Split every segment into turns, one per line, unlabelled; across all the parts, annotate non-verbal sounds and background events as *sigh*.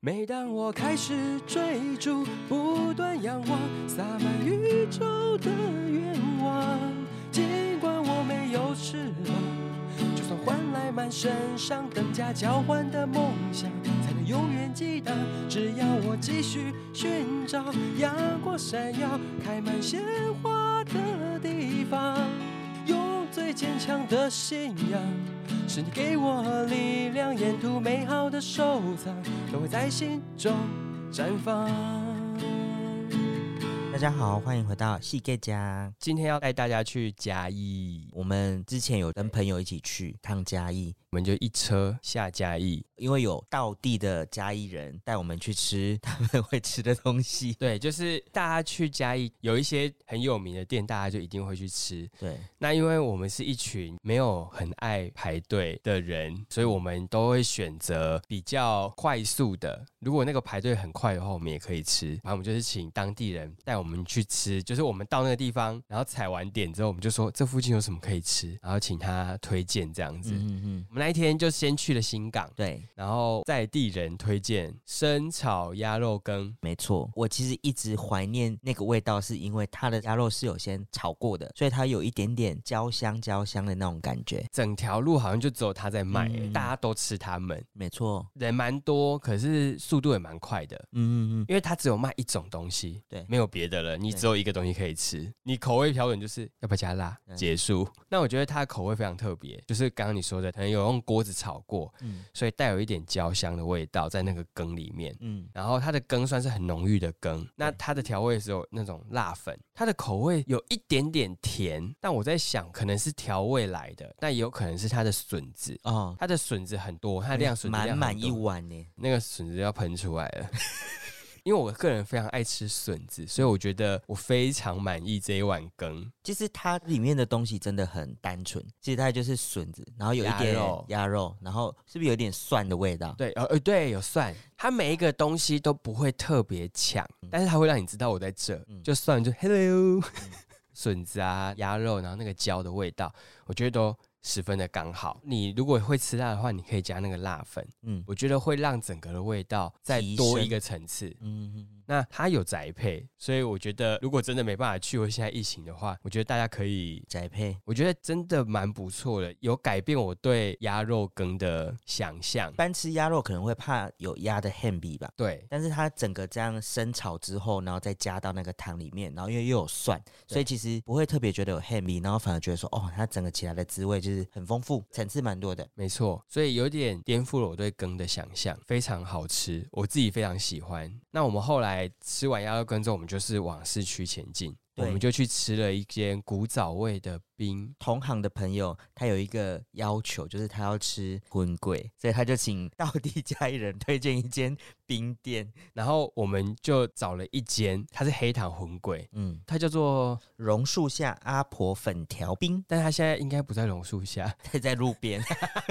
每当我开始追逐，不断仰望洒满宇宙的愿望，尽管我没有翅膀，就算换来满身伤，等价交换的梦想才能永远激荡。只要我继续寻找阳光闪耀、开满鲜花的地方，用最坚强的信仰。是你给我力量，沿途美好的收藏都会在心中绽放。
大家好，欢迎回到戏给家。
今天要带大家去嘉义，
我们之前有跟朋友一起去趟嘉义，
我们就一车下嘉义。
因为有道地的嘉义人带我们去吃他们会吃的东
*laughs*
西。
对，就是大家去嘉义，有一些很有名的店，大家就一定会去吃。
对，
那因为我们是一群没有很爱排队的人，所以我们都会选择比较快速的。如果那个排队很快的话，我们也可以吃。然后我们就是请当地人带我们去吃，就是我们到那个地方，然后踩完点之后，我们就说这附近有什么可以吃，然后请他推荐这样子。
嗯嗯嗯，
我们那一天就先去了新港，
对，
然后在地人推荐生炒鸭肉羹，
没错。我其实一直怀念那个味道，是因为它的鸭肉是有先炒过的，所以它有一点点焦香焦香的那种感觉。
整条路好像就只有他在卖、
嗯
大家都吃他们。
没错，
人蛮多，可是速度也蛮快的，
嗯嗯嗯，
因为它只有卖一种东西，
对
没有别的了，你
对
只有一个东西可以吃，你口味标准就是要不要加辣，
嗯
结束。那我觉得它的口味非常特别，就是刚刚你说的，可能有用锅子炒过，
嗯
所以带有一点焦香的味道在那个羹里面。
嗯，
然后它的羹算是很浓郁的羹，那它的调味是有那种辣粉，它的口味有一点点甜，但我在想可能是调味来的，但也有可能是它的笋子，
哦，
它的笋子很多，它的量笋子量
满
很
嗯满
多
一碗呢。
那个笋子要喷出来了。 *laughs* 因为我个人非常爱吃笋子，所以我觉得我非常满意这一碗羹。
其实它里面的东西真的很单纯，其实它就是笋子，然后有一
鸭
点
肉
鸭肉，然后是不是有点蒜的味道？
对，呃呃，对，有蒜，它每一个东西都不会特别抢，但是它会让你知道我在这，
嗯
就蒜就 hello，笋、子啊、鸭肉，然后那个椒的味道，我觉得都十分的刚好。你如果会吃辣的话，你可以加那个辣粉，
嗯
我觉得会让整个的味道再
提
多一
升
个层次。
嗯，
那它有宅配，所以我觉得如果真的没办法去，或现在疫情的话，我觉得大家可以，
宅配
我觉得真的蛮不错的，有改变我对鸭肉羹的想象
一。般吃鸭肉可能会怕有鸭的 ham 比吧，
对，
但是它整个这样生炒之后，然后再加到那个汤里面，然后因为又有蒜，所以其实不会特别觉得有 ham 比，然后反而觉得说哦，它整个起来的滋味就是很丰富，层次蛮多的。
没错，所以有点颠覆了我对羹的想象，非常好吃，我自己非常喜欢。那我们后来吃完鸭肉羹之后，我们就是往市区前进，我
对
们就去吃了一间古早味的冰
同行的朋友，他有一个要求，就是他要吃荤贵，所以他就请道地家一人推荐一间冰店，
然后我们就找了一间，它是黑糖混鬼，
嗯，
它叫做，
榕树下阿婆粉条冰， *laughs*
但它现在应该不在榕树下，
它在路边， *laughs*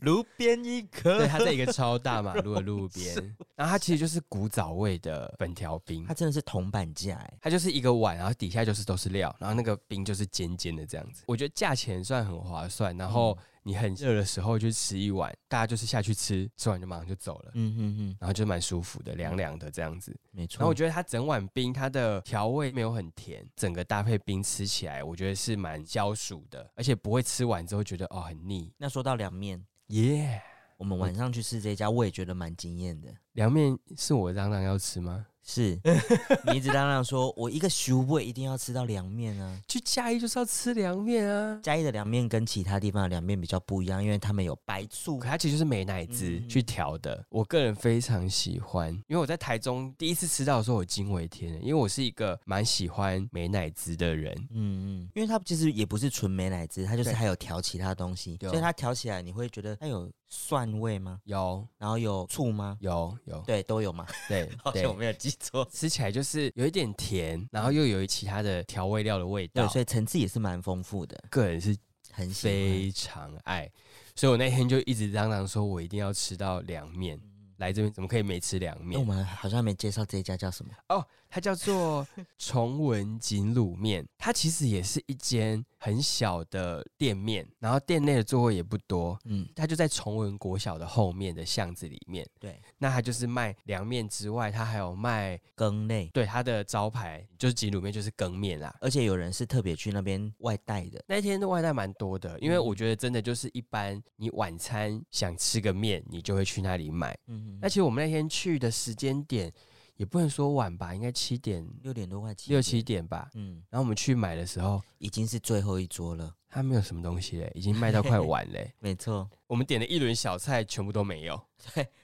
路边一
*laughs*
颗，
对，它在一个超大马路的路边，然后它其实就是古早味的粉条冰
它，真的是铜板价哎，
它就是一个碗，然后底下就是都是料，然后那个冰就是尖尖的这样子。我觉得价钱算很划算，然
嗯
后你很热的时候就吃一碗，大家就是下去吃，吃完就马上就走了。
嗯嗯嗯，
然后就蛮舒服的，凉凉的这样子。
没
然后
错
我，觉得它整碗冰，它的调味没有很甜，整个搭配冰吃起来，我觉得是蛮消暑的，而且不会吃完之后觉得哦很腻。
那说到凉面，
耶、
我们晚上去吃这家，我也觉得蛮惊艳的。
凉面是我嚷嚷要吃吗？
*laughs* 是你一直嚷嚷说，我一个徐味一定要吃到凉面啊！
去嘉义就是要吃凉面啊。
嘉义的凉面跟其他地方的凉面比较不一样，因为他们有白醋
可它其实就是美乃
嗯
滋去调的，我个人非常喜欢，因为我在台中第一次吃到的时候，我惊为天人，因为我是一个蛮喜欢美乃滋的人。
嗯嗯，因为它其实也不是纯美乃滋，它就是
对
还有调其他东西，
有
所以它调起来你会觉得它有蒜味吗？
有
然后有醋吗？
有有，
对，都有嘛。 *laughs*
对对，
没有记
*laughs*
错。
吃起来就是有一点甜，然后又有其他的调味料的味
对，
道。
所以层次也是蛮丰富的，
个人是
很喜欢。
非常爱，所以我那天就一直嚷嚷说，我一定要吃到凉面。
嗯
来这边怎么可以没吃凉
那我
面？
们好像没介绍这一家叫什么？
*laughs* 哦，它叫做崇文锦卤面，它其实也是一间很小的店面，然后店内的座位也不多，
嗯，
它就在崇文国小的后面的巷子里面。
对，
那它就是卖凉面之外，它还有卖
羹类，
对它的招牌就是吉鲁面，就是羹面啦。
而且有人是特别去那边外带的，
那一天的外带蛮多的，因为我觉得真的就是一般你晚餐想吃个面，你就会去那里买。
嗯，
那其实我们那天去的时间点也不能说晚吧，应该七点
六点多快七
六七，点吧。
嗯，
然后我们去买的时候，
已经是最后一桌了，
它没有什么东西嘞，已经卖到快晚
*laughs*。
嘞
没错。
我们点了一轮小菜，全部都没有。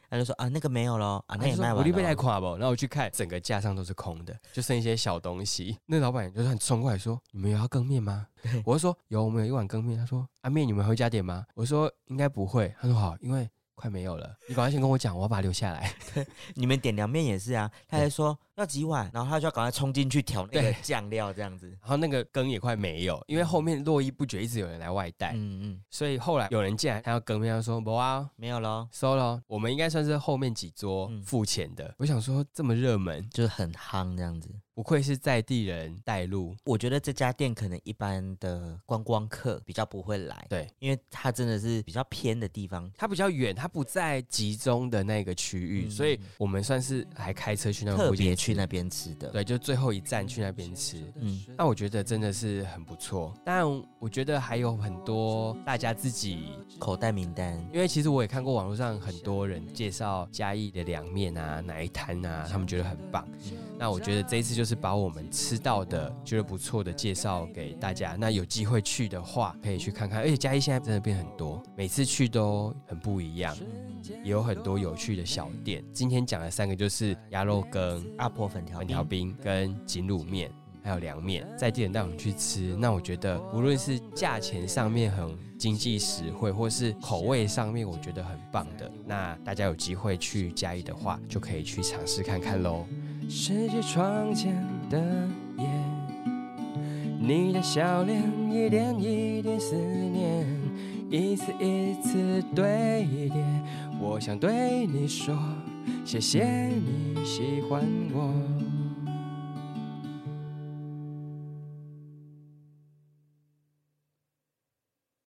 他就说啊，那个没有咯，哦啊，那也
就说
卖
我
完
立被来
了。
垮不？然后我去看，整个架上都是空的，就剩一些小东西。那老板就是很冲过来说：“你们有要羹面
*laughs*
吗？”我就说：“有，我们有一碗羹面。”他说：“啊，面你们回家点吗？”我说：“应该不会。”他说：“好，因为快没有了，你赶快先跟我讲，我要把它留下来。 *laughs*
你们点凉面也是啊，他还说要几碗，然后他就要赶快冲进去调那个
对
酱料这样子”。
然后那个羹也快没有，因为后面络绎不绝，一直有人来外带，
*laughs* 嗯嗯，
所以后来有人进来，他要羹面，他说：“不啊。”
没有咯，
收了哦，我们应该算是后面几桌
嗯
付钱的。我想说，这么热门，
就是很夯这样子。
不愧是在地人带路，
我觉得这家店可能一般的观光客比较不会来，
对，
因为它真的是比较偏的地方，
它比较远，它不在集中的那个区域，
嗯
所以我们算是还开车去那个
特
附近
别去那边吃的。，
对，就最后一站去那边吃。
嗯，
那我觉得真的是很不错，但我觉得还有很多大家自己，
口袋名单，
因为其实我也看过网络上很多人介绍嘉义的凉面啊、哪一摊啊，他们觉得很棒。那我觉得这一次就是把我们吃到的觉得不错的介绍给大家。那有机会去的话，可以去看看。而且嘉义现在真的变很多，每次去都很不一样，也有很多有趣的小店。今天讲的三个就是鸭肉羹、
阿婆粉条
粉条
冰，
冰跟嗯锦卤面。还有凉面，在地人带我们去吃。那我觉得，无论是价钱上面很经济实惠，或是口味上面，我觉得很棒的。那大家有机会去嘉义的话，就可以去尝试看看喽。拾起窗前的夜，你的笑脸一点一点思念，一次一次堆叠。我想对你说，谢谢你喜欢我。